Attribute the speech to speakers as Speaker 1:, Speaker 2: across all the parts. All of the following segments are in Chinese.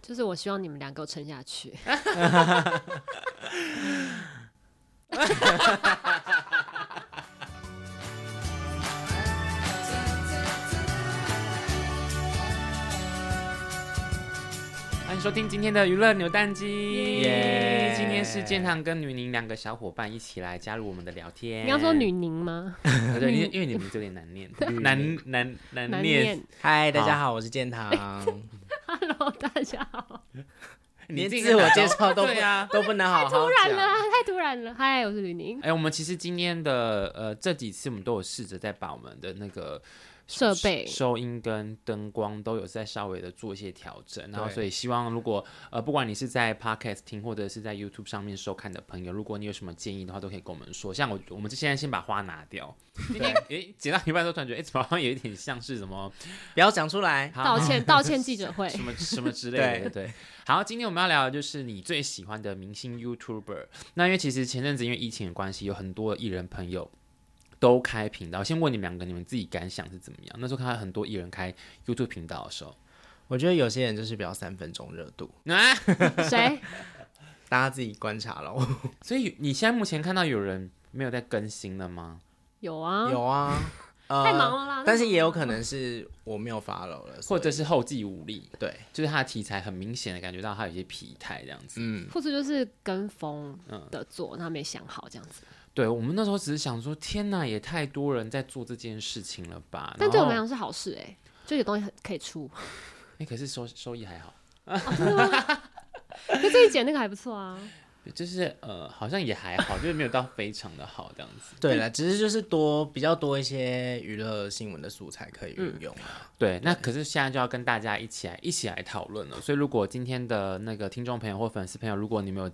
Speaker 1: 就是我希望你们俩给我撑下 去。
Speaker 2: 欢迎收听今天的娱乐扭蛋机。
Speaker 3: 耶
Speaker 2: 今天是建堂跟女宁两个小伙伴一起来加入我们的聊天。
Speaker 1: 你要
Speaker 3: 哎
Speaker 1: 说女宁吗？
Speaker 2: 啊 对，因为因为你的名字有点 难念，
Speaker 3: 宁
Speaker 2: 难难难
Speaker 1: 难
Speaker 2: 念。
Speaker 1: 念。
Speaker 3: 嗨，大家
Speaker 2: 好
Speaker 3: 好，我是建堂，
Speaker 1: Hello，大家好。
Speaker 3: 连
Speaker 2: 自己
Speaker 3: 自我介绍都不
Speaker 2: 对啊。
Speaker 3: 都不能好好
Speaker 1: 突然了，
Speaker 3: 讲。
Speaker 1: 太突然了。嗨，我是吕宁。
Speaker 2: 哎、我们其实今天的呃这几次我们都有试着在把我们的那个
Speaker 1: 设备
Speaker 2: 收音跟灯光都有在稍微的做一些调整，然后
Speaker 3: 对
Speaker 2: 所以希望如果呃不管你是在 podcast 听或者是在 YouTube 上面收看的朋友，如果你有什么建议的话，都可以跟我们说。像我我们就现在先把花拿掉， 今天诶剪到一半都突然觉得诶怎么好像有一点像是什么
Speaker 3: 不要讲出来。
Speaker 1: 道歉，道歉记者 会。
Speaker 2: 什么什么之类的，对对。好，今天我们要聊的就是你最喜欢的明星 YouTuber。那因为其实前阵子因为疫情的关系，有很多艺人朋友都开频道。先问你们两个，你们自己感想是怎么样？那时候看到很多艺人开 YouTube 频道的时候，
Speaker 3: 我觉得有些人就是不要三分钟热度，
Speaker 2: 啊，
Speaker 1: 谁？
Speaker 3: 大家自己观察喽。
Speaker 2: 所以你现在目前看到有人没有在更新了吗？
Speaker 1: 有啊，
Speaker 3: 有啊，呃
Speaker 1: 太忙了啦
Speaker 3: 但是也有可能是我没有 follow 了，所
Speaker 2: 或
Speaker 3: 以
Speaker 2: 者是后继无力，
Speaker 3: 对，
Speaker 2: 就是他的题材很明显的感觉到他有一些疲态这样子。
Speaker 3: 嗯，
Speaker 1: 或者就是跟风
Speaker 2: 嗯
Speaker 1: 的做，他没想好这样子。
Speaker 2: 对我们那时候只是想说，天哪，也太多人在做这件事情了吧？
Speaker 1: 但对我们来
Speaker 2: 然
Speaker 1: 讲
Speaker 2: 后
Speaker 1: 是好事哎，就有东西很可以出。
Speaker 2: 哎，可是收收益还好。
Speaker 1: 就这一剪那个还不错啊。
Speaker 2: 就是呃，好像也还好，就是没有到非常的好这样子。
Speaker 3: 对了，只是就是多比较多一些娱乐新闻的素材可以运用啊。
Speaker 2: 对，那可是现在就要跟大家一起来一起来讨论了。所以，如果今天的那个听众朋友或粉丝朋友，如果你们有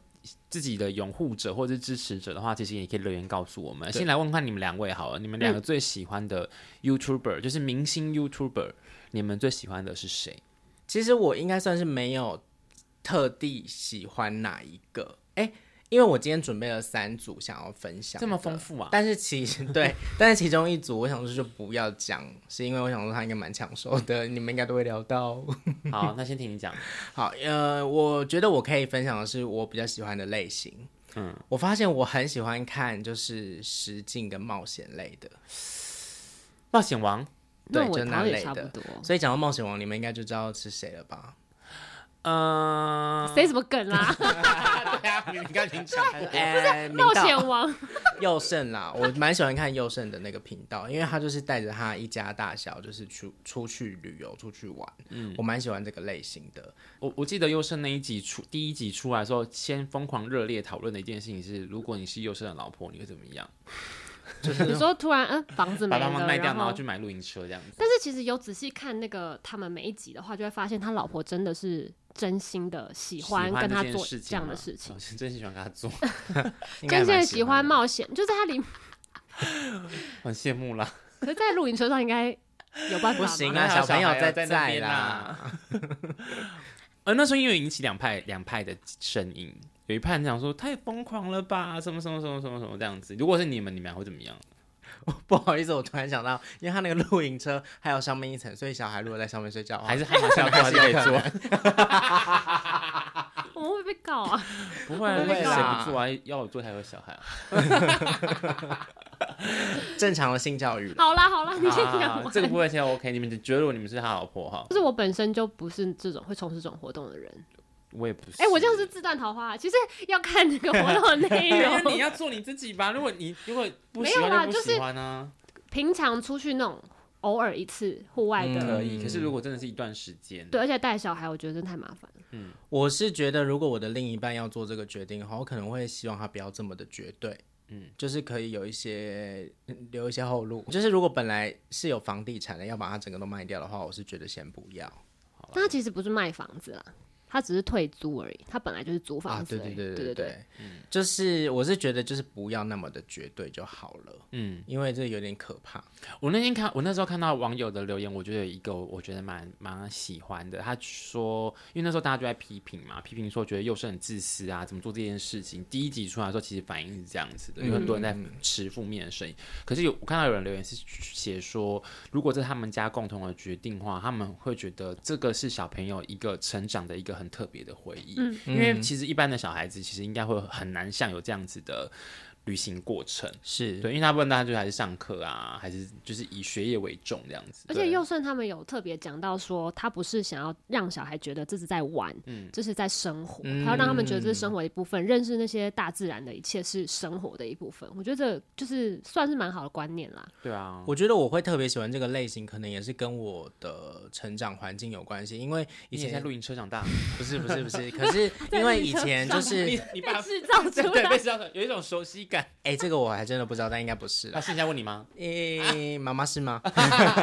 Speaker 2: 自己的拥护者或者是支持者的话，其实也可以留言告诉我们。
Speaker 3: 对
Speaker 2: 先来问看你们两位好了，你们两个最喜欢的 YouTuber、就是明星 YouTuber，你们最喜欢的是谁？
Speaker 3: 其实我应该算是没有特地喜欢哪一个，哎、因为我今天准备了三组想要分享，
Speaker 2: 这么丰。富啊！
Speaker 3: 但是其 实对，但是其中一组我想说就不要讲，是因为我想说它应该蛮抢手的，你们应该都会聊到。
Speaker 2: 好，那先听你讲。
Speaker 3: 好，呃，我觉得我可以分享的是我比较喜欢的类型。嗯，我发现我很喜欢看就是实境跟冒险类的，
Speaker 2: 冒险 王，
Speaker 1: 那
Speaker 3: 对
Speaker 1: 我
Speaker 3: 就
Speaker 1: 好
Speaker 3: 那
Speaker 1: 像也
Speaker 3: 类
Speaker 1: 差不
Speaker 3: 的
Speaker 1: 多。
Speaker 3: 所以讲到冒险王，你们应该就知道是谁了吧？
Speaker 2: 嗯、
Speaker 1: 谁什么梗 啦？
Speaker 3: 对啊，你刚刚讲过，哎，
Speaker 1: 冒
Speaker 3: 冒
Speaker 1: 险王。
Speaker 3: 佑胜啦，我蛮喜欢看佑胜的那个频道，因为他就是带着他一家大小，就是出出去旅游、出去玩。嗯，我蛮喜欢这个类型的。
Speaker 2: 我我记得优胜那一集出第一集出来的时候，先疯狂热烈讨论的一件事情是，如果你是优胜的老婆，你会怎么样？
Speaker 1: 你说突然嗯，房子没
Speaker 2: 把爸妈
Speaker 1: 了，
Speaker 2: 卖掉，然
Speaker 1: 后
Speaker 2: 后去买露营车这样子。
Speaker 1: 但是其实有仔细看那个他们每一集的话，就会发现他老婆真的是真心的喜欢跟他
Speaker 2: 这件
Speaker 1: 做
Speaker 2: 事
Speaker 1: 这
Speaker 2: 情
Speaker 1: 样的
Speaker 2: 吗
Speaker 1: 事情，
Speaker 2: 我是真心喜欢跟他做，
Speaker 3: 应该
Speaker 1: 真心
Speaker 3: 蛮
Speaker 1: 的喜欢
Speaker 3: 的？
Speaker 1: 冒险，就是他里，
Speaker 2: 很羡慕啦。
Speaker 1: 可是在露营车上应该有办法
Speaker 3: 不
Speaker 1: 吗？
Speaker 3: 行
Speaker 2: 那
Speaker 3: 啊，
Speaker 2: 小
Speaker 3: 小朋友
Speaker 2: 孩要在
Speaker 3: 在
Speaker 2: 那边啊
Speaker 3: 啦。
Speaker 2: 呃，那时候因为引起两派两派的声音，有一派人讲说太疯狂了吧，什么什么什么什么什么这样子。如果是你们，你们还会怎么样？
Speaker 3: 不好意思，我突然想到，因为他那个露营车还有上面一层，所以小孩如果在上面睡觉的话，
Speaker 2: 还是害怕 下坡还是可以做？
Speaker 1: 我们会被告啊！
Speaker 2: 不会啊，
Speaker 3: 不会
Speaker 2: 谁
Speaker 3: 啦
Speaker 2: 不做啊？要我做才有小孩啊。
Speaker 3: 正常的性教育啦。
Speaker 1: 好啦好啦，你先讲
Speaker 2: 啊
Speaker 1: 完。
Speaker 2: 这个部分先 OK。你们觉得如果你们是他老婆哈
Speaker 1: 就，是我本身就不是这种会从事这种活动的人，
Speaker 2: 我也不是。
Speaker 1: 哎、我这样是自断桃花啊。其实要看那个活动的内
Speaker 2: 因 为你
Speaker 1: 容。
Speaker 2: 要做你自己吧。如果你如果不
Speaker 1: 没
Speaker 2: 喜
Speaker 1: 有啦
Speaker 2: 欢就
Speaker 1: 就
Speaker 2: 不
Speaker 1: 是
Speaker 2: 喜欢啊，
Speaker 1: 平常出去那种偶尔一次户外的，
Speaker 2: 可
Speaker 3: 嗯
Speaker 2: 以。可是如果真的是一段时间，
Speaker 1: 对，而且带小孩，我觉得真的太麻烦了。
Speaker 3: 我是觉得，如果我的另一半要做这个决定的话，我可能会希望他不要这么的绝对，嗯，就是可以有一些嗯留一些后路。就是如果本来是有房地产的，要把它整个都卖掉的话，我是觉得先不要
Speaker 1: 但他其实不是卖房子啦，他只是退租而已，他本来就是租
Speaker 3: 啊
Speaker 1: 房。子
Speaker 3: 对
Speaker 1: 而已、
Speaker 3: 对对
Speaker 1: 对
Speaker 3: 对对，就是我是觉得就是不要那么的绝对就好了，
Speaker 2: 嗯。
Speaker 3: 因为这有点可怕。
Speaker 2: 我那天看，我那时候看到网友的留言，我觉得有一个我觉得蛮蛮喜欢的。他说，因为那时候大家就在批评嘛，批评说觉得幼生很自私啊，怎么做这件事情。第一集出来的时候，其实反应是这样子的，有很多人在持负面的声音。可是有我看到有人留言是写说，如果这是他们家共同的决定的话，他们会觉得这个是小朋友一个成长的一个很特别的回忆。因为其实一般的小孩子其实应该会很难像有这样子的旅行过程。
Speaker 3: 是
Speaker 2: 对，因为大部分大家就还是上课啊，还是就是以学业为重这样子。
Speaker 1: 而且佑胜他们有特别讲到说，他不是想要让小孩觉得这是在玩，这是在生活，他要让他们觉得这是生活的一部分，认识那些大自然的一切是生活的一部分。我觉得这就是算是蛮好的观念啦。
Speaker 2: 对啊，
Speaker 3: 我觉得我会特别喜欢这个类型，可能也是跟我的成长环境有关系，因为以
Speaker 2: 以前在
Speaker 3: 前
Speaker 2: 露营车长 大，
Speaker 3: 不是不是不是，可是因为以前就是
Speaker 2: 你你爸
Speaker 1: 制 造出
Speaker 2: 对
Speaker 1: 来
Speaker 2: 被知道有一种熟悉感。
Speaker 3: 哎、这个我还真的不知道，但应该不是
Speaker 2: 他
Speaker 3: 啦。
Speaker 2: 现在问你吗？
Speaker 3: 诶、妈妈是吗？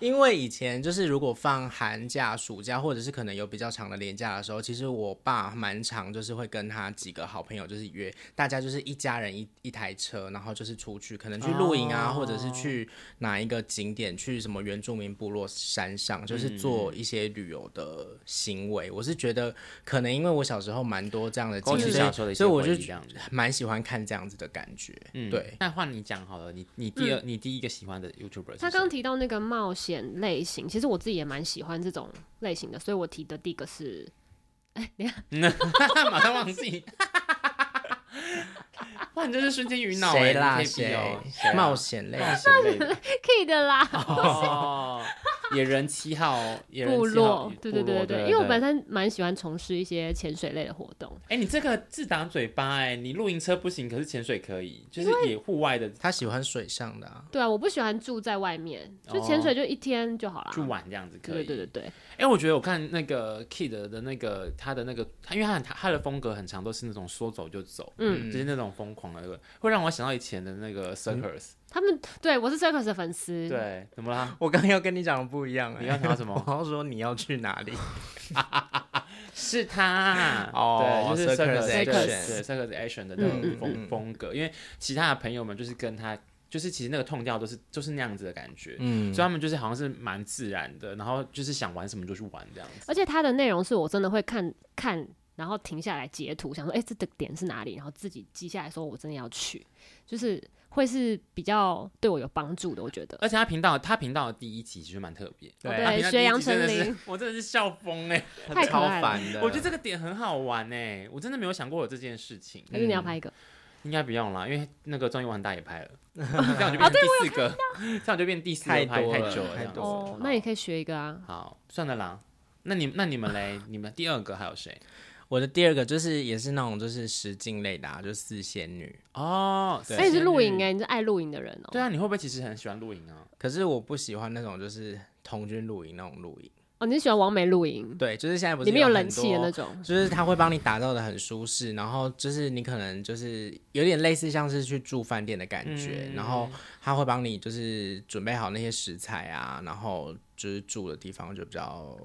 Speaker 3: 因为以前就是如果放寒假、暑假，或者是可能有比较长的连假的时候，其实我爸蛮常就是会跟他几个好朋友就是约，大家就是一家人一一台车，然后就是出去，可能去露营啊，
Speaker 2: 哦
Speaker 3: 或者是去哪一个景点，去什么原住民部落山上，就是做一些旅游的行为。我是觉得可能因为我小时候蛮多这样的经
Speaker 2: 勾
Speaker 3: 历，
Speaker 2: 起小时候
Speaker 3: 所
Speaker 2: 的
Speaker 3: 以
Speaker 2: 一
Speaker 3: 所
Speaker 2: 些
Speaker 3: 以我
Speaker 2: 回
Speaker 3: 就
Speaker 2: 忆这
Speaker 1: 嗯
Speaker 2: 样子。
Speaker 3: 蛮喜欢看这样子的感觉。
Speaker 2: 嗯
Speaker 3: 对，
Speaker 2: 那换你讲好了，你你第二你第一个喜欢的 YouTuber，
Speaker 1: 嗯
Speaker 2: 是
Speaker 1: 他刚
Speaker 2: 谁
Speaker 1: 刚提到那个冒险类型，其实我自己也蛮喜欢这种类型的，所以我提的第一个是， 哎
Speaker 2: 马上忘记。哇，你真是瞬间晕脑
Speaker 3: 谁
Speaker 2: 哎！
Speaker 3: 啦？
Speaker 2: 你可以比
Speaker 3: 谁
Speaker 2: 哦谁啊？
Speaker 3: 冒险类？
Speaker 2: 冒险类 的
Speaker 1: K 的啦，
Speaker 2: 哦， 野人七号，野人
Speaker 1: 部
Speaker 2: 七号
Speaker 1: 落，对对
Speaker 2: 部
Speaker 1: 对
Speaker 2: 落
Speaker 1: 对，因为我本身蛮喜欢从事一些潜水类的活动，
Speaker 2: 哎，你这个自打嘴巴哎，你露营车不行，可是潜水可以，就是野户外的
Speaker 3: 他喜欢水上的、啊，
Speaker 1: 对啊，我不喜欢住在外面，就
Speaker 2: 哦
Speaker 1: 潜水就一天就好啦。
Speaker 2: 去玩这样子可以。
Speaker 1: 啊对对对对对，
Speaker 2: 哎、我觉得我看那个 Kid 的那个他的那个，他因为他很他他的风格很长，都是那种说走就走，
Speaker 1: 嗯
Speaker 2: 就是那种疯狂的那个，会让我想到以前的那
Speaker 3: 嗯
Speaker 2: 个 Circus、
Speaker 1: 他们对我是 Circus 的粉丝，
Speaker 2: 对，怎么啦？
Speaker 3: 我刚要跟你讲的不一样、欸
Speaker 2: 你要想到什
Speaker 3: 我
Speaker 2: 么？
Speaker 3: 要说你要去哪里？
Speaker 2: 是他
Speaker 3: 哦
Speaker 2: 对，就是
Speaker 3: Circus
Speaker 2: Circus 对
Speaker 3: Action
Speaker 2: 对 Circus Action 的那种
Speaker 3: 嗯
Speaker 2: 风、
Speaker 3: 嗯嗯
Speaker 2: 风格，因为其他的朋友们就是跟他，就是其实那个痛调都是就是那样子的感觉，
Speaker 3: 嗯
Speaker 2: 所以，他们就是好像是蛮自然的，然后就是想玩什么就去玩这样子。
Speaker 1: 而且它的内容是我真的会看看，然后停下来截图，想说，哎、这个点是哪里，然后自己记下来，说我真的要去，就是会是比较对我有帮助的，我觉得。
Speaker 3: 嗯
Speaker 2: 而且他频道他频道的第一集其实蛮特别，
Speaker 3: 对
Speaker 2: 他频道第一集
Speaker 1: 学杨丞
Speaker 2: 真的是
Speaker 1: 琳，
Speaker 2: 我真的是笑疯哎、
Speaker 3: 他
Speaker 1: 太可
Speaker 3: 超
Speaker 1: 爱了
Speaker 3: 烦的。
Speaker 2: 我觉得这个点很好玩哎、我真的没有想过有这件事情，
Speaker 3: 嗯
Speaker 1: 还是你要拍一个？
Speaker 2: 应该不用啦，因为那个综艺王很大也拍了， 这样我就
Speaker 1: 哦
Speaker 2: 变成第四个，这样我就变第四个
Speaker 3: 太
Speaker 2: 拍
Speaker 3: 多了
Speaker 2: 久了这
Speaker 3: 太
Speaker 2: 样子，
Speaker 3: 多了
Speaker 1: 哦，那也可以学一个啊。
Speaker 2: 好，算了啦。那你那你们 嘞？你们第二个还有谁？
Speaker 3: 我的第二个就是也是那种就是实境类的、啊，就是四仙女。
Speaker 2: 哦，
Speaker 3: 对
Speaker 1: 哎，你是露营
Speaker 2: 哎、
Speaker 1: 哎、你是爱露营的人哦、
Speaker 2: 对啊，你会不会其实很喜欢露营啊？
Speaker 3: 可是我不喜欢那种就是童军露营那种露营，
Speaker 1: 哦，你是喜欢王美露营，
Speaker 3: 对，就是现在不是
Speaker 1: 里面有
Speaker 3: 很
Speaker 1: 冷气的
Speaker 3: 多
Speaker 1: 那种。
Speaker 3: 就是他会帮你打造的很舒适，然后就是你可能就是有点类似像是去住饭店的感觉，
Speaker 2: 嗯
Speaker 3: 然后他会帮你就是准备好那些食材啊，然后就是住的地方就比较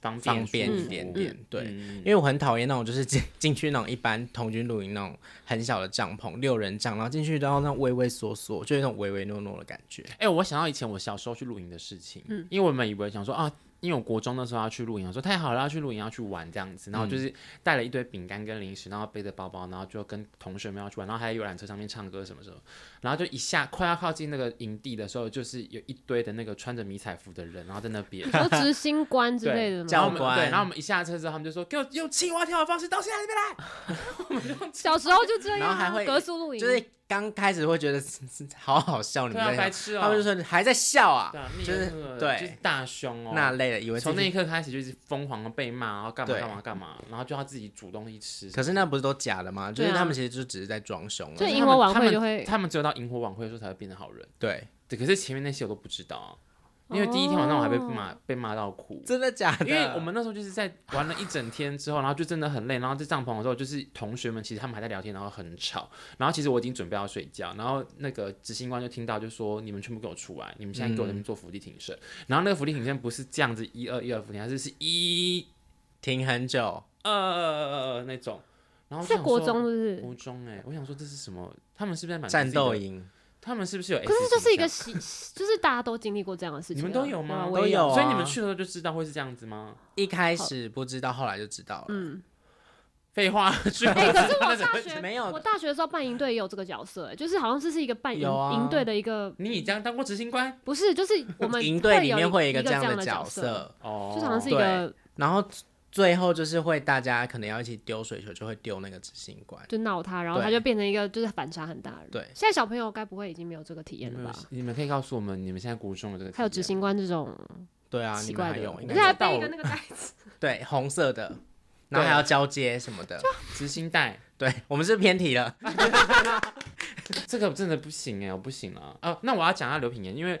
Speaker 2: 方便
Speaker 3: 方便
Speaker 2: 舒
Speaker 3: 一
Speaker 2: 服
Speaker 3: 点点，对。
Speaker 2: 嗯
Speaker 3: 因为我很讨厌那种，就是进 进去那种一般童军露营那种很小的帐篷，六人帐，然后进去都要那种畏畏缩缩，就有一种唯唯诺诺的感觉。
Speaker 2: 哎、我想到以前我小时候去露营的事情，
Speaker 3: 嗯
Speaker 2: 因为我们以为想说啊，因为我国中那时候要去露营，我说太好了，要去露营要去玩这样子，然后
Speaker 3: 嗯
Speaker 2: 就是带了一堆饼干跟零食，然后背着包包，然后就跟同学们要去玩，然后还在游览车上面唱歌什么什么，然后就一下快要靠近那个营地的时候，就是有一堆的那个穿着迷彩服的人，然后在那边。
Speaker 1: 你说执行官之类的
Speaker 2: 对，
Speaker 1: 吗？
Speaker 2: 然后我们
Speaker 3: 教官
Speaker 2: 对，然后我们一下车之后，他们就说：“给我用青蛙跳的方式到现在这边来。
Speaker 1: 小时候就这样、
Speaker 3: 然后还
Speaker 1: 啊，
Speaker 3: 会
Speaker 1: 格速露营，
Speaker 3: 就是刚开始会觉得 好好笑，”你
Speaker 2: 对
Speaker 3: 们
Speaker 2: 啊，
Speaker 3: 在
Speaker 2: 白
Speaker 3: 想，
Speaker 2: 痴哦、
Speaker 3: 他们就说你还在笑啊
Speaker 2: 对啊，，
Speaker 3: 就
Speaker 2: 那
Speaker 3: 是
Speaker 2: 个
Speaker 3: 对
Speaker 2: 就是大凶哦、
Speaker 3: 那类的，以为自
Speaker 2: 从
Speaker 3: 己
Speaker 2: 那一刻开始就是疯狂的被骂，然后干嘛
Speaker 3: 对
Speaker 2: 干嘛干嘛，然后就要自己煮东西吃。
Speaker 3: 可是那不是都假的吗？就
Speaker 1: 对啊
Speaker 3: 是他们其实就只是在装凶啊
Speaker 1: 所
Speaker 3: 了。
Speaker 1: 以
Speaker 2: 他
Speaker 1: 萤
Speaker 2: 们
Speaker 1: 火晚
Speaker 2: 他
Speaker 1: 会
Speaker 2: 们
Speaker 1: 就会，
Speaker 2: 他们只有到萤火晚会的时候才会变成好人。
Speaker 3: 对，
Speaker 2: 对，可是前面那些我都不知道啊，因为第一天晚上我还被骂、
Speaker 1: 哦
Speaker 2: 被骂到哭。
Speaker 3: 真的假的？
Speaker 2: 因为我们那时候就是在玩了一整天之后，然后就真的很累，然后在帐篷的时候，就是同学们其实他们还在聊天，然后很吵，然后其实我已经准备要睡觉，然后那个执行官就听到就说你们全部给我出来，你们现在给我
Speaker 1: 嗯
Speaker 2: 在那边做伏地挺身，然后那个伏地挺身不是这样子一二一二伏地挺身，它是是一
Speaker 3: 停很久，
Speaker 2: 呃那种，然后我
Speaker 1: 在
Speaker 2: 想
Speaker 1: 国
Speaker 2: 说
Speaker 1: 中是不是？
Speaker 2: 国中哎、我想说这是什么？他们是不是在满足
Speaker 3: 战
Speaker 2: 自己的
Speaker 3: 斗？营
Speaker 2: 他们是不是有 S
Speaker 1: 可
Speaker 2: 形象？
Speaker 1: 是就是一个习，就是大家都经历过这样的事情啊。
Speaker 2: 你们都有
Speaker 1: 对啊
Speaker 2: 吗
Speaker 3: 都
Speaker 1: 我也
Speaker 3: 有啊
Speaker 2: 所以你们去的时候就知道会是这样子吗？
Speaker 3: 一开始不知道，后来就知道了。
Speaker 1: 嗯，
Speaker 2: 废话，去了
Speaker 1: 哎，可是我大学
Speaker 3: 没有
Speaker 1: 我大学的时候办营队也有这个角色，哎就是好像这是一个办营
Speaker 3: 有啊
Speaker 1: 营队的一个，
Speaker 2: 你已经当过执行官
Speaker 1: 不是，就是我们
Speaker 3: 营队里面
Speaker 1: 会有
Speaker 3: 会有一个
Speaker 1: 这
Speaker 3: 这样的
Speaker 1: 的
Speaker 3: 角
Speaker 1: 色，
Speaker 3: 色，
Speaker 2: 哦，
Speaker 1: 就是好像是一个
Speaker 3: 然后最最后就是会大家可能要一起丢水球，就会丢那个执行官。
Speaker 1: 就闹他，然后他
Speaker 3: 对
Speaker 1: 就变成一个就是反差很大的人。
Speaker 3: 对
Speaker 1: 现在小朋友该不会已经没有这个体验了吧？
Speaker 2: 你们可以告诉我们，你们现在国中有这个体验吗，
Speaker 1: 还有执行官这种
Speaker 3: 对啊，
Speaker 1: 奇
Speaker 3: 你们
Speaker 1: 怪
Speaker 3: 还
Speaker 1: 的人
Speaker 3: 有
Speaker 1: 物，
Speaker 3: 应
Speaker 1: 而
Speaker 3: 该
Speaker 1: 且还
Speaker 3: 有
Speaker 1: 背一个那个啊袋 子，
Speaker 3: 对红色的，然后还要交接什么的。
Speaker 2: 执行带，
Speaker 3: 对我们是偏题了，
Speaker 2: 这个真的不行哎，我不行了。哦，那我要讲一下刘品言，因为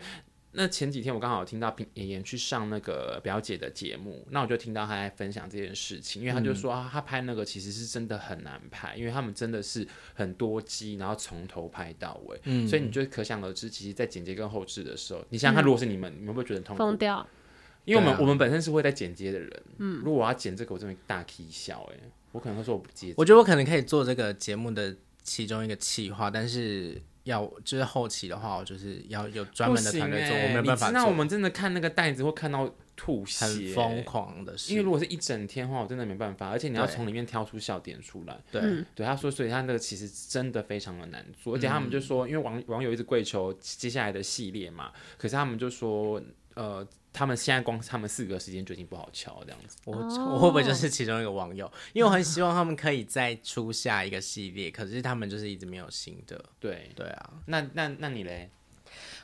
Speaker 2: 那前几天我刚好有听到品妍妍去上那个表姐的节目，那我就听到她在分享这件事情，因为她就
Speaker 1: 嗯
Speaker 2: 说、啊她拍那个其实是真的很难拍，因为他们真的是很多机，然后从头拍到尾，
Speaker 3: 嗯
Speaker 2: 所以你就可想而知，其实，在剪接跟后置的时候，你想想看，如果是你们，你们会不会觉得很痛
Speaker 1: 疯
Speaker 2: 苦？
Speaker 1: 掉。
Speaker 2: 因为我们、
Speaker 3: 对啊
Speaker 2: 我们本身是会在剪接的人，嗯，如果我要剪这个，我真的大 K 笑哎，我可能会说我不接这个，
Speaker 3: 我觉得我可能可以做这个节目的其中一个企划，但是要就是后期的话，我就是要有专门的团队
Speaker 2: 不
Speaker 3: 做，
Speaker 2: 行欸
Speaker 3: 我没有办法
Speaker 2: 你知道
Speaker 3: 做，
Speaker 2: 我们真的看那个袋子会看到吐血，欸
Speaker 3: 很疯。狂的事。
Speaker 2: 因为如果是一整天的话，我真的没办法，而且你要
Speaker 3: 对
Speaker 2: 从里面挑出笑点出来。
Speaker 3: 对、
Speaker 2: 对他说，所以他那个其实真的非常的难做，而且他们
Speaker 3: 嗯
Speaker 2: 就说，因为网网友一直跪求接下来的系列嘛，可是他们就说，呃，他们现在光他们四个时间就已经不好敲这样子。
Speaker 3: 我
Speaker 1: 哦
Speaker 3: 我会不会就是其中一个网友？因为我很希望他们可以再出下一个系列，可是他们就是一直没有新的。
Speaker 2: 对，
Speaker 3: 对啊，
Speaker 2: 那那那你嘞？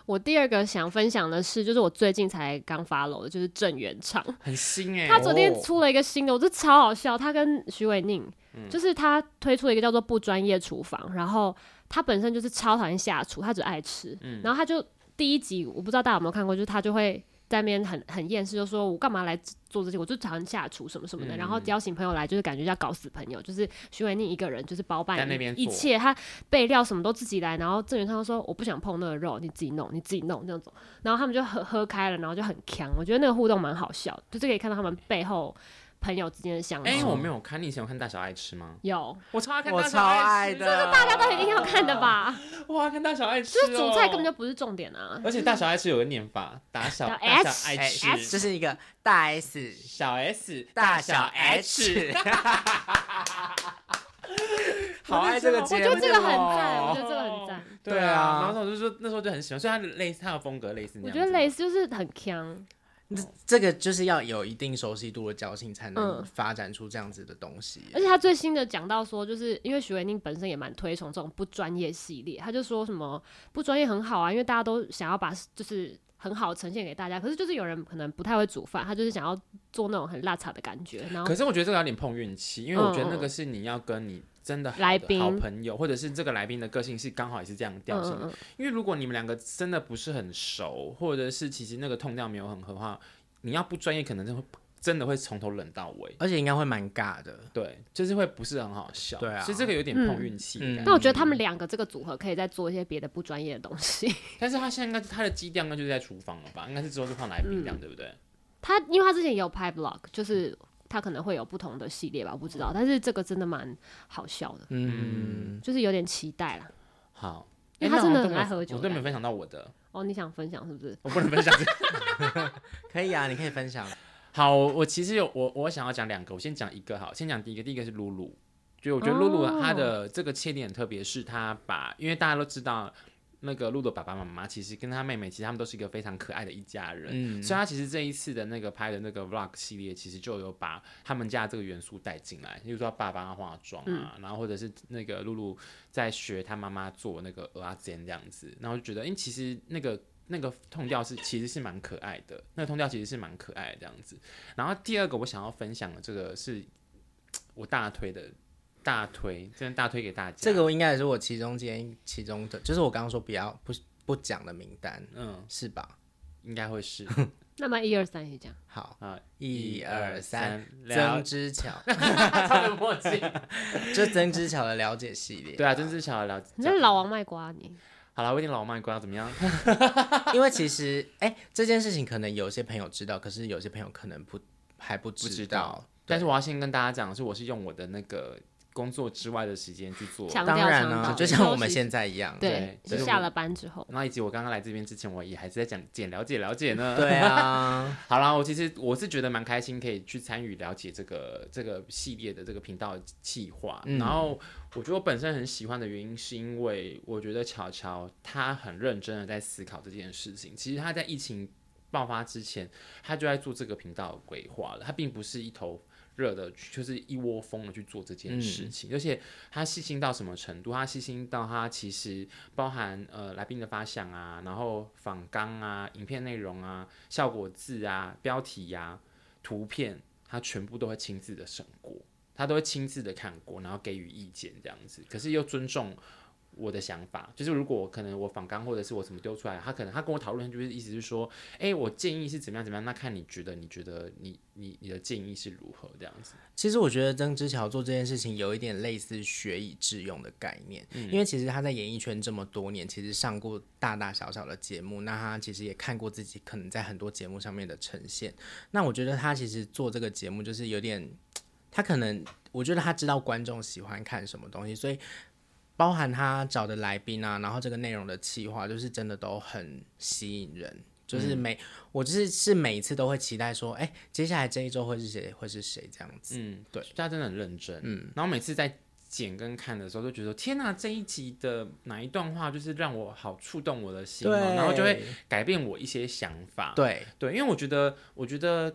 Speaker 1: 我第二个想分享的是，就是我最近才刚 follow 的，就是郑元畅，
Speaker 2: 很新哎、
Speaker 1: 他昨天出了一个新的，我觉得超好笑。他跟徐伟宁，
Speaker 2: 嗯
Speaker 1: 就是他推出了一个叫做“不专业厨房”，然后他本身就是超讨厌下厨，他只爱吃。
Speaker 2: 嗯
Speaker 1: 然后他就第一集，我不知道大家有没有看过，就是他就会在那边很很厌世，就说我干嘛来做这些，我就讨厌下厨什么什么
Speaker 2: 嗯
Speaker 1: 的。然后邀请朋友来，就是感觉要搞死朋友，就是徐伟宁一个人就是包办
Speaker 2: 在那边
Speaker 1: 一
Speaker 2: 做
Speaker 1: 切，他备料什么都自己来。然后郑元畅就说我不想碰那个肉，你自己弄，你自己弄那种。然后他们就喝喝开了，然后就很强。我觉得那个互动蛮好笑的，就是可以看到他们背后朋友之间的相处。
Speaker 2: 哎、我没有看，你以前有看大小爱吃吗？
Speaker 1: 有，
Speaker 2: 我超爱看
Speaker 3: 嗯我
Speaker 2: 大小
Speaker 3: 超
Speaker 2: 爱
Speaker 3: 爱
Speaker 2: 吃，
Speaker 3: 的，大
Speaker 1: 大家都一定要看的吧？
Speaker 2: 哇，看大小爱吃、
Speaker 1: 就
Speaker 2: 哦，
Speaker 1: 是煮菜根本就不是重点啊。
Speaker 2: 而且大小爱吃有个念法，打小
Speaker 1: 小
Speaker 2: 大
Speaker 1: S，
Speaker 2: 小爱
Speaker 3: 哎，
Speaker 2: 吃，
Speaker 3: 这是一个大 S
Speaker 2: 小 S
Speaker 3: 大小 H，好爱这个节
Speaker 1: 我
Speaker 3: 目、
Speaker 1: 觉
Speaker 3: 哦，
Speaker 1: 得这个很赞，我觉得这个很赞。
Speaker 2: 对
Speaker 3: 对啊
Speaker 2: 啊，然后我就说那时候就很喜欢，所以他的类似他的风格类似那
Speaker 1: 我
Speaker 2: 样
Speaker 1: 觉
Speaker 2: 子，
Speaker 1: 得蕾丝就是很强，
Speaker 3: 这这个就是要有一定熟悉度的交情，才能
Speaker 1: 嗯
Speaker 3: 发展出这样子的东西。
Speaker 1: 而且他最新的讲到说，就是因为许维宁本身也蛮推崇这种不专业系列，他就说什么不专业很好啊，因为大家都想要把就是很好呈现给大家，可是就是有人可能不太会煮饭，他就是想要做那种很辣茶的感觉，然后
Speaker 2: 可是我觉得这个有点碰运气，因为我觉
Speaker 1: 嗯
Speaker 2: 得那个是你要跟你真的好的
Speaker 1: 来宾
Speaker 2: 好朋友，或者是这个来宾的个性是刚好也是这样调性。
Speaker 1: 嗯嗯
Speaker 2: 因为如果你们两个真的不是很熟，或者是其实那个痛调没有很合的话，你要不专业，可能真的会真的会从头冷到尾。
Speaker 3: 而且应该会蛮尬的，
Speaker 2: 对，就是会不是很好笑，
Speaker 3: 对啊
Speaker 2: 所以这个有点碰运气的
Speaker 3: 嗯
Speaker 2: 感觉。
Speaker 1: 那我觉得他们两个这个组合可以再做一些别的不专业的东西。
Speaker 2: 但是他现在应该他的基调应该就是在厨房了吧？应该是之后是放来宾这
Speaker 1: 嗯
Speaker 2: 样，对不对？
Speaker 1: 他因为他之前也有拍 vlog，就是他可能会有不同的系列吧，我不知道。但是这个真的蛮好笑的，
Speaker 3: 嗯，
Speaker 1: 就是有点期待啦。
Speaker 2: 好，
Speaker 1: 因为他
Speaker 2: 诶那
Speaker 1: 真的
Speaker 2: 我都
Speaker 1: 很
Speaker 2: 没有
Speaker 1: 爱喝酒
Speaker 2: 我都没
Speaker 1: 的
Speaker 2: 有分享到我的，
Speaker 1: 哦，你想分享是不是？
Speaker 2: 我不能分享这个。
Speaker 3: 可以啊，你可以分享。
Speaker 2: 好，我我其实有我我想要讲两个，我先讲一个好，先讲第一个，第一个是露露，就我觉得露露
Speaker 1: 哦
Speaker 2: 她的这个切点很特别，是她把，因为大家都知道。那个露露的爸爸妈妈其实跟她妹妹，其实他们都是一个非常可爱的一家人，
Speaker 3: 嗯
Speaker 2: 所以她其实这一次的那个拍的那个 vlog 系列，其实就有把他们家这个元素带进来，例如说她爸爸化妆啊，然后或者是那个露露在学她妈妈做那个鹅啊煎这样子，然后就觉得，因为其实那个那个痛调是其实是蛮可爱的，那个痛调其实是蛮可爱的这样子。然后第二个我想要分享的这个是我大推的，大推，真的大推给大家。
Speaker 3: 这个我应该也是我其中间其中的，就是我刚刚说不要不不讲的名单，
Speaker 2: 嗯，
Speaker 3: 是吧？
Speaker 2: 应该会是
Speaker 1: 那么一二三也这样，
Speaker 3: 好，
Speaker 2: 啊，
Speaker 3: 一二三，，
Speaker 2: 了
Speaker 3: 曾之乔，
Speaker 2: 超有默契。
Speaker 3: 就曾之乔的了解系列。
Speaker 2: 对啊，真是想要了解。
Speaker 1: 你是老王卖瓜你。
Speaker 2: 好了，我有点老卖瓜，怎么 样？
Speaker 3: 因为其实哎、这件事情可能有些朋友知道，可是有些朋友可能不还不
Speaker 2: 不知
Speaker 3: 道
Speaker 2: 道。但是我要先跟大家讲的是，我是用我的那个工作之外的时间去做。
Speaker 1: 强
Speaker 3: 当然
Speaker 1: 强
Speaker 3: 啦、
Speaker 1: 调
Speaker 3: 就像我们现在一样。啊
Speaker 1: 对，
Speaker 2: 对
Speaker 1: 是下了班之后，
Speaker 2: 然后以及我刚刚来这边之前，我也还是在讲解了解了解呢。
Speaker 3: 对啊，
Speaker 2: 好啦，我其实我是觉得蛮开心，可以去参与了解这个这个系列的这个频道计划。
Speaker 3: 嗯
Speaker 2: 然后我觉得我本身很喜欢的原因，是因为我觉得巧巧她很认真的在思考这件事情。其实她在疫情爆发之前，她就在做这个频道的规划了，她并不是一头。热的，就是一窝蜂的去做这件事情，而且他细心到什么程度？他细心到他其实包含呃来宾的发想啊，然后访纲啊、影片内容啊、效果字啊、标题呀、图片，他全部都会亲自的审过，他都会亲自的看过，然后给予意见这样子。可是又尊重我的想法，就是如果可能我访纲或者是我什么丢出来，他可能他跟我讨论，就是意思是说，哎、我建议是怎么样怎么样，那看你觉得你觉得你你你的建议是如何这样子。
Speaker 3: 其实我觉得曾之乔做这件事情有一点类似学以致用的概念，因为其实他在演艺圈这么多年，其实上过大大小小的节目，那他其实也看过自己可能在很多节目上面的呈现。那我觉得他其实做这个节目就是有点，他可能我觉得他知道观众喜欢看什么东西，所以包含他找的来宾啊，然后这个内容的企划，就是真的都很吸引人。就是每、我就是是每一次都会期待说，哎、接下来这一周会是谁，会是谁这样子。
Speaker 2: 嗯，
Speaker 3: 对，
Speaker 2: 大家真的很认真。嗯，然后每次在剪跟看的时候，都觉得天哪、这一集的哪一段话就是让我好触动我的心、哦，
Speaker 3: 对
Speaker 2: 然后就会改变我一些想法。
Speaker 3: 对，
Speaker 2: 对，因为我觉得，我觉得，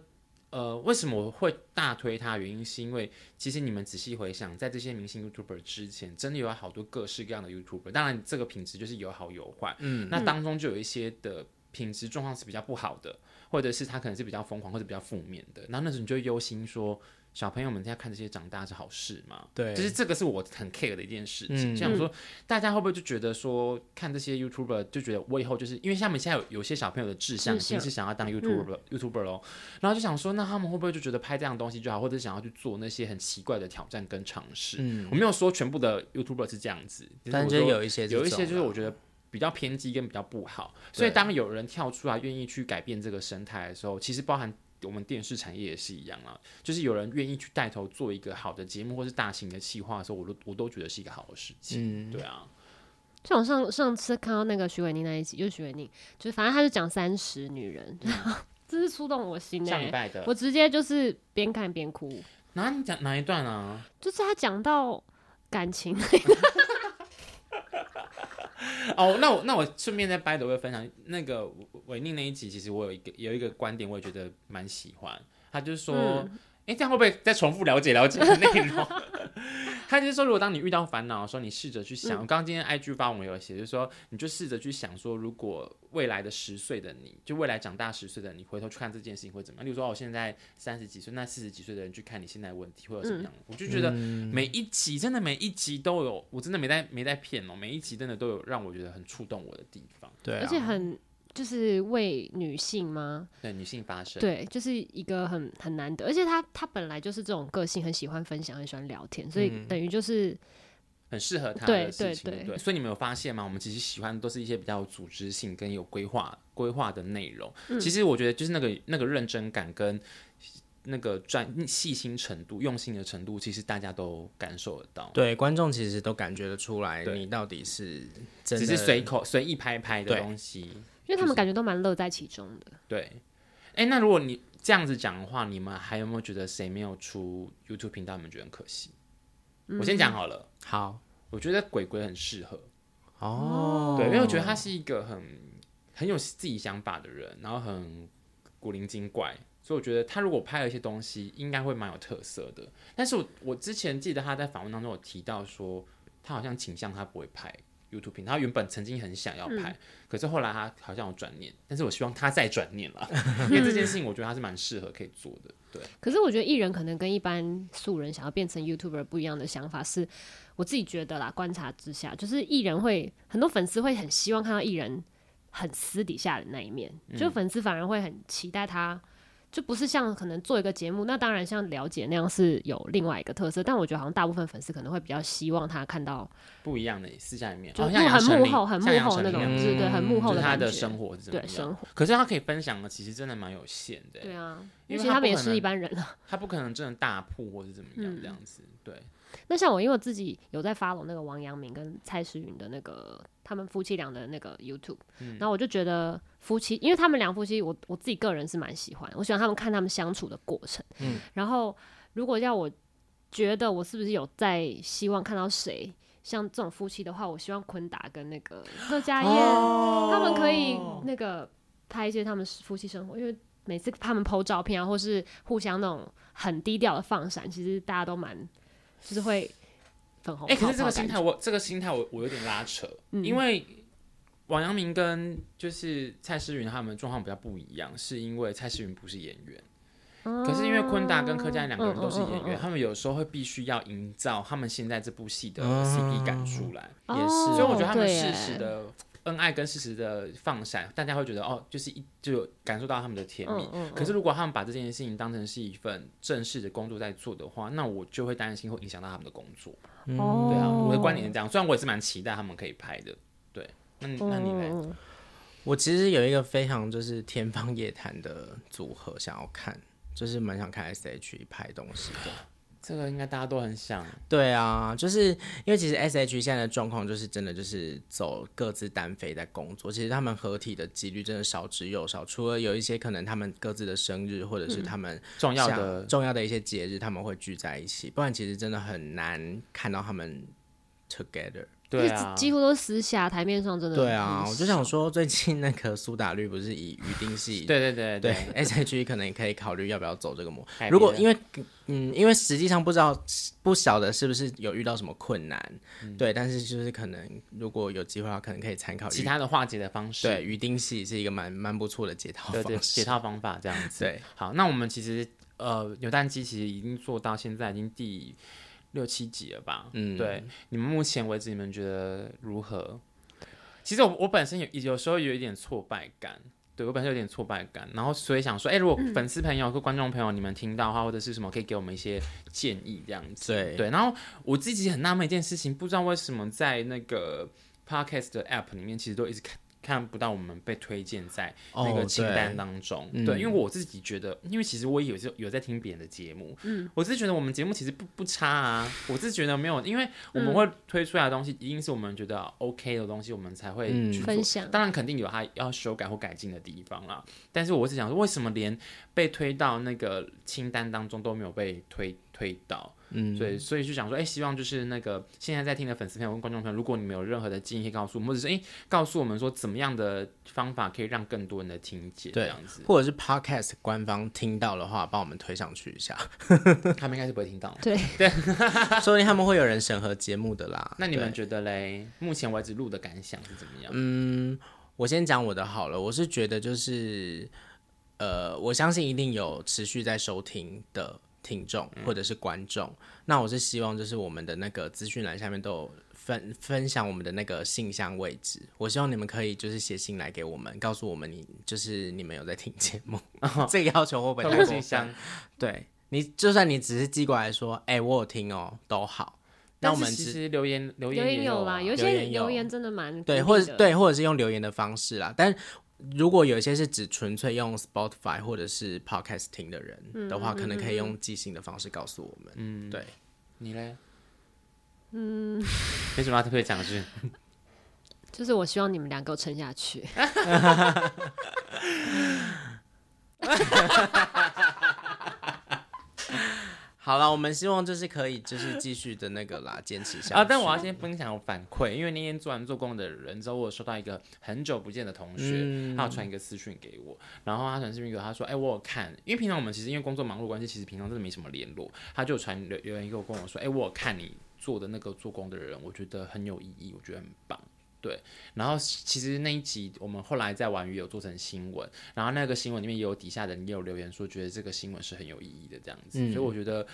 Speaker 2: 呃，为什么我会大推他？原因是因为其实你们仔细回想，在这些明星 YouTuber 之前，真的有好多各式各样的 YouTuber。当然，这个品质就是有好有坏。嗯，那当中就有一些的品质状况是比较不好的，或者是他可能是比较疯狂或者比较负面的。然后那时候你就会忧心说。小朋友们在看这些长大是好事吗？
Speaker 3: 对
Speaker 2: 就是这个是我很 care 的一件事情。
Speaker 3: 嗯
Speaker 2: 这样说，大家会不会就觉得说，看这些 YouTuber 就觉得我以后就是因为他们现在有有些小朋友的志向已
Speaker 1: 志
Speaker 2: 经
Speaker 1: 向嗯
Speaker 2: 是想要当 YouTuber、YouTuber 咯，然后就想说，那他们会不会就觉得拍这样的东西就好，或者想要去做那些很奇怪的挑战跟尝试？
Speaker 3: 嗯，
Speaker 2: 我没有说全部的 YouTuber 是这样子，
Speaker 3: 但
Speaker 2: 我
Speaker 3: 是就
Speaker 2: 说
Speaker 3: 有一些这
Speaker 2: 有一些
Speaker 3: 种
Speaker 2: 就是
Speaker 3: 啦
Speaker 2: 我觉得比较偏激跟比较不好，所以
Speaker 3: 对
Speaker 2: 当有人跳出来愿意去改变这个生态的时候，其实包含我们电视产业也是一样啊，就是有人愿意去带头做一个好的节目或是大型的企划的时候，我都我都觉得是一个好的事
Speaker 3: 嗯
Speaker 2: 情。对啊，
Speaker 1: 像我上上次看到那个徐伟宁那一集，就是徐伟宁，就是反正他就讲三十女人， 这是触动我
Speaker 3: 嗯
Speaker 1: 心的、
Speaker 2: 上礼拜的，
Speaker 1: 我直接就是边看边哭，
Speaker 2: 哪你讲哪一段啊？
Speaker 1: 就是他讲到感情，
Speaker 2: 哦，那我那我顺便再掰的我会分享那个维维宁那一集，其实我有一个有一个观点，我也觉得蛮喜欢。他就是说，哎、这样会不会再重复了解了解的内容？ 他就是说，如果当你遇到烦恼的时候，你试着去想。我刚刚今天 IG 发文有写，就是说，你就试着去想说，如果未来的十岁的你，就未来长大十岁的你，回头去看这件事情会怎么样？例如说，哦我现在三十几岁，那四十几岁的人去看你现在的问题会有什么样的？我就觉
Speaker 3: 嗯
Speaker 2: 得每一集真的每一集都有，我真的没在没在骗哦，每一集真的都有让我觉得很触动我的地方，
Speaker 3: 对、啊，
Speaker 1: 而且很就是为女性吗？
Speaker 2: 对女性发声，
Speaker 1: 对，就是一个很很难得，而且他他本来就是这种个性，很喜欢分享，很喜欢聊天，所以等于就是、
Speaker 2: 很适合他
Speaker 1: 对
Speaker 2: 的事情，
Speaker 1: 对
Speaker 2: 对不
Speaker 1: 对
Speaker 2: 所以你们有发现吗？我们其实喜欢的都是一些比较有组织性跟有规划规划的内容。
Speaker 1: 嗯
Speaker 2: 其实我觉得就是那个那个认真感跟那个专细心程度、用心的程度，其实大家都感受得到。
Speaker 3: 对观众其实都感觉得出来，
Speaker 2: 对
Speaker 3: 你到底是真
Speaker 2: 只
Speaker 3: 的
Speaker 2: 是随口随意拍拍的
Speaker 3: 对
Speaker 2: 东西，
Speaker 1: 因为他
Speaker 2: 就
Speaker 1: 们
Speaker 2: 是
Speaker 1: 感觉都蛮乐在其中的。
Speaker 2: 对，哎、那如果你这样子讲的话，你们还有没有觉得谁没有出 YouTube 频道？你们觉得很可惜？我先讲好了，
Speaker 3: 好
Speaker 2: 我觉得鬼鬼很适合，
Speaker 3: 哦，
Speaker 2: 对，因为我觉得他是一个很很有自己想法的人，然后很古灵精怪，所以我觉得他如果拍了一些东西，应该会蛮有特色的。但是我我之前记得他在访问当中有提到说，他好像倾向他不会拍 YouTube 频道，他原本曾经很想要
Speaker 1: 嗯
Speaker 2: 拍，可是后来他好像有转念，但是我希望他再转念 了，因为这件事情我觉得他是蛮适合可以做的。对，
Speaker 1: 可是我觉得艺人可能跟一般素人想要变成 YouTuber 不一样的想法是，我自己觉得啦，观察之下，就是艺人会很多粉丝会很希望看到艺人很私底下的那一面，
Speaker 2: 嗯
Speaker 1: 就粉丝反而会很期待他。就不是像可能做一个节目，那当然像了解那样是有另外一个特色，但我觉得好像大部分粉丝可能会比较希望他看到
Speaker 2: 不一样的私下里面，
Speaker 1: 就
Speaker 2: 好
Speaker 1: 是
Speaker 2: 像杨
Speaker 1: 很
Speaker 2: 丞
Speaker 1: 幕
Speaker 2: 琳
Speaker 1: 后、很
Speaker 2: 像
Speaker 1: 幕
Speaker 2: 杨
Speaker 1: 后
Speaker 2: 丞
Speaker 1: 那种，
Speaker 2: 琳
Speaker 1: 就是对很幕后
Speaker 2: 嗯就是
Speaker 1: 的
Speaker 2: 他的
Speaker 1: 感觉
Speaker 2: 生活是怎么
Speaker 1: 对
Speaker 2: 样？
Speaker 1: 生活，
Speaker 2: 可是他可以分享的其实真的蛮有限的欸。
Speaker 1: 对啊，
Speaker 2: 因
Speaker 1: 因
Speaker 2: 为
Speaker 1: 为
Speaker 2: 他
Speaker 1: 他们
Speaker 2: 不
Speaker 1: 也
Speaker 2: 可
Speaker 1: 是
Speaker 2: 能
Speaker 1: 一般人啊。
Speaker 2: 他不可能真的大破或是怎么样
Speaker 1: 嗯
Speaker 2: 这样子，对，
Speaker 1: 那像我，因为我自己有在 follow 那个王阳明跟蔡诗芸的那个他们夫妻俩的那个 YouTube，、然
Speaker 2: 嗯
Speaker 1: 后我就觉得夫妻，因为他们两夫妻我，我自己个人是蛮喜欢，我喜欢他们看他们相处的过程。
Speaker 2: 嗯
Speaker 1: 然后如果要我觉得我是不是有在希望看到谁像这种夫妻的话，我希望昆达跟那
Speaker 2: 哦
Speaker 1: 个乐嘉燕、他们可以那个拍一些他们夫妻生活，因为。每次他们 PO 照片啊，或是互相那种很低调的放闪，其实大家都蛮就是会粉红泡
Speaker 2: 哎、
Speaker 1: 泡
Speaker 2: 可
Speaker 1: 哦感
Speaker 2: 是
Speaker 1: 觉。
Speaker 2: 这
Speaker 1: 嗯
Speaker 2: 个心态我，这个心态我我有点拉扯，因为王阳明跟就是蔡诗芸他们状况比较不一样，是因为蔡诗芸不是演员，
Speaker 1: 哦
Speaker 2: 可是因为昆达跟柯佳嬿两个人都是演
Speaker 1: 嗯
Speaker 2: 员，他们有时候会必须要营造他们现在这部戏的
Speaker 3: 嗯
Speaker 2: CP 感出来，
Speaker 1: 哦
Speaker 3: 也是
Speaker 2: 所以我觉得他们
Speaker 1: 对
Speaker 2: 适
Speaker 1: 耶
Speaker 2: 时的。恩爱跟适时的放闪，大家会觉得哦，就是一就感受到他们的甜蜜。
Speaker 1: 嗯嗯嗯
Speaker 2: 可是如果他们把这件事情当成是一份正式的工作在做的话，那我就会担心会影响到他们的工作。
Speaker 1: 哦，
Speaker 2: 对啊，我的观点是这样。虽然我也是蛮期待他们可以拍的，对。那你那你来，
Speaker 1: 嗯
Speaker 3: 我其实有一个非常就是天方夜谭的组合想要看，就是蛮想看 S.H.E 拍东西的。
Speaker 2: 这个应该大家都很想。
Speaker 3: 对啊，就是因为其实 S.H.E 现在的状况就是真的就是走各自单飞在工作，其实他们合体的几率真的少之又少，除了有一些可能他们各自的生日或
Speaker 2: 嗯
Speaker 3: 者是他们
Speaker 2: 重要
Speaker 3: 像
Speaker 2: 的
Speaker 3: 重要的一些节日他们会聚在一起，不然其实真的很难看到他们 together。
Speaker 1: 因为
Speaker 2: 对啊，
Speaker 1: 几乎都是私下，台面上真的
Speaker 3: 对啊，
Speaker 1: 很
Speaker 3: 我就想说最近那个苏打绿不是以预定系
Speaker 2: 对对对
Speaker 3: 对 S.H.E 可能也可以考虑要不要走这个模
Speaker 2: 改。
Speaker 3: 如果
Speaker 2: 变
Speaker 3: 因为嗯，因为实际上不知道不晓得是不是有遇到什么困难，
Speaker 2: 嗯
Speaker 3: 对，但是就是可能如果有机会的话，可能可以参考
Speaker 2: 其
Speaker 3: 鱼
Speaker 2: 他的化解的方式，
Speaker 3: 对鱼丁系是一个蛮蛮不错的解套
Speaker 2: 对对
Speaker 3: 方
Speaker 2: 解
Speaker 3: 式。
Speaker 2: 套方法这样子。
Speaker 3: 对，
Speaker 2: 好，那我们其实呃，扭蛋机其实已经做到现在已经第六七集了吧？
Speaker 3: 嗯
Speaker 2: 对，你们目前为止你们觉得如何？其实我我本身有有时候有一点挫败感，对我本身有点挫败感，然后所以想说，哎、如果粉丝朋友或观众朋友你们听到的话，或者是什么，可以给我们一些建议这样子。
Speaker 3: 对
Speaker 2: 对，然后我自己很纳闷一件事情，不知道为什么在那个 podcast 的 app 里面，其实都一直看看不到我们被推荐在
Speaker 3: 哦
Speaker 2: 那个清单
Speaker 3: 对
Speaker 2: 当中。
Speaker 3: 嗯
Speaker 2: 对，因为我自己觉得，因为其实我有时有在听别人的节目，嗯，我自己觉得我们节目其实不不差啊，我自己觉得没有，因为我
Speaker 1: 嗯
Speaker 2: 们会推出来的东西，一定是我们觉得 OK 的东西，我们才会
Speaker 3: 嗯
Speaker 2: 去做
Speaker 1: 分享
Speaker 2: 当然肯定有它要修改或改进的地方啦，但是我只想说，为什么连被推到那个清单当中都没有被推推到？
Speaker 3: 嗯，
Speaker 2: 对，所以就想说，哎、希望就是那个现在在听的粉丝朋友跟观众朋友，如果你们有任何的建议，可以告诉我们，或者是哎、告诉我们说怎么样的方法可以让更多人的听见，
Speaker 3: 对
Speaker 2: 这样子，
Speaker 3: 或者是 Podcast 官方听到的话，帮我们推上去一下，
Speaker 2: 他们应该是不会听到。
Speaker 1: 对，
Speaker 3: 说不定他们会有人审核节目的 啦。
Speaker 2: 那你
Speaker 3: 对
Speaker 2: 们觉得嘞？目前为止录的感想是怎么样？
Speaker 3: 嗯我先讲我的好了，我是觉得就是，呃，我相信一定有持续在收听的听众
Speaker 2: 嗯
Speaker 3: 或者是观众。那我是希望就是我们的那个资讯栏下面都有分分享我们的那个信箱位置，我希望你们可以就是写信来给我们，告诉我们你就是你们有在听节 目，这个要求会不会
Speaker 2: 透
Speaker 3: 太
Speaker 2: 过
Speaker 3: 过
Speaker 2: 信
Speaker 3: 分
Speaker 2: 箱，
Speaker 3: 对你，就算你只是寄过来说，哎、我有听哦，都好。那
Speaker 2: 但
Speaker 3: 我
Speaker 2: 是
Speaker 3: 们
Speaker 2: 其
Speaker 3: 只
Speaker 2: 实留言留
Speaker 1: 留
Speaker 2: 言
Speaker 1: 言
Speaker 2: 也
Speaker 1: 有
Speaker 2: 啊
Speaker 1: 啦，有一
Speaker 3: 留
Speaker 1: 些
Speaker 3: 言有
Speaker 1: 留言真的蛮
Speaker 3: 对，
Speaker 1: 鼓
Speaker 3: 或
Speaker 1: 励
Speaker 3: 者是
Speaker 1: 的，
Speaker 3: 对，或者是用留言的方式啦。但如果有一些是只纯粹用 Spotify 或者是 Podcast 听的人的话，可能可以用寄信的方式告诉我们。嗯，对，
Speaker 2: 你嘞？ 嗯，为什么要特别讲 是？
Speaker 1: 就是我希望你们俩给我撑下去。
Speaker 3: 好了，我们希望就是可以就是继续的那个 啦，坚持下去。
Speaker 2: 啊，但我要先分享我反馈，因为那天做完做工的人之后，我有收到一个很久不见的同学，
Speaker 3: 嗯
Speaker 2: 他有传一个私讯给我，然后他传私讯给我，他说：“哎、我有看，因为平常我们其实因为工作忙碌的关系，其实平常真的没什么联络。”他就传留留言给我跟我说：“哎、我有看你做的那个做工的人，我觉得很有意义，我觉得很棒。”对，然后其实那一集我们后来在玩鱼有做成新闻，然后那个新闻里面也有底下的人也有留言说，觉得这个新闻是很有意义的这样子，所以我觉得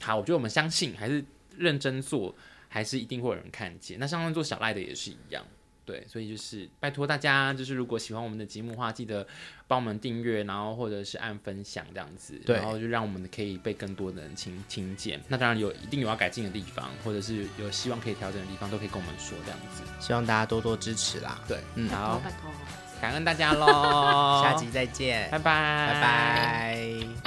Speaker 2: 好，我觉得我们相信还是认真做，还是一定会有人看见。那上次做小赖的也是一样，对，所以就是拜托大家，就是如果喜欢我们的节目的话，记得帮我们订阅，然后或者是按分享这样子，
Speaker 3: 对
Speaker 2: 然后就让我们可以被更多的人听听见。那当然有一定有要改进的地方，或者是有希望可以调整的地方，都可以跟我们说这样子。
Speaker 3: 希望大家多多支持啦。
Speaker 2: 对，
Speaker 3: 嗯，
Speaker 1: 拜
Speaker 2: 好
Speaker 1: 托，拜托。
Speaker 2: 感恩大家喽
Speaker 3: 下集再见，
Speaker 2: 拜拜，
Speaker 3: 拜
Speaker 2: 拜
Speaker 3: 拜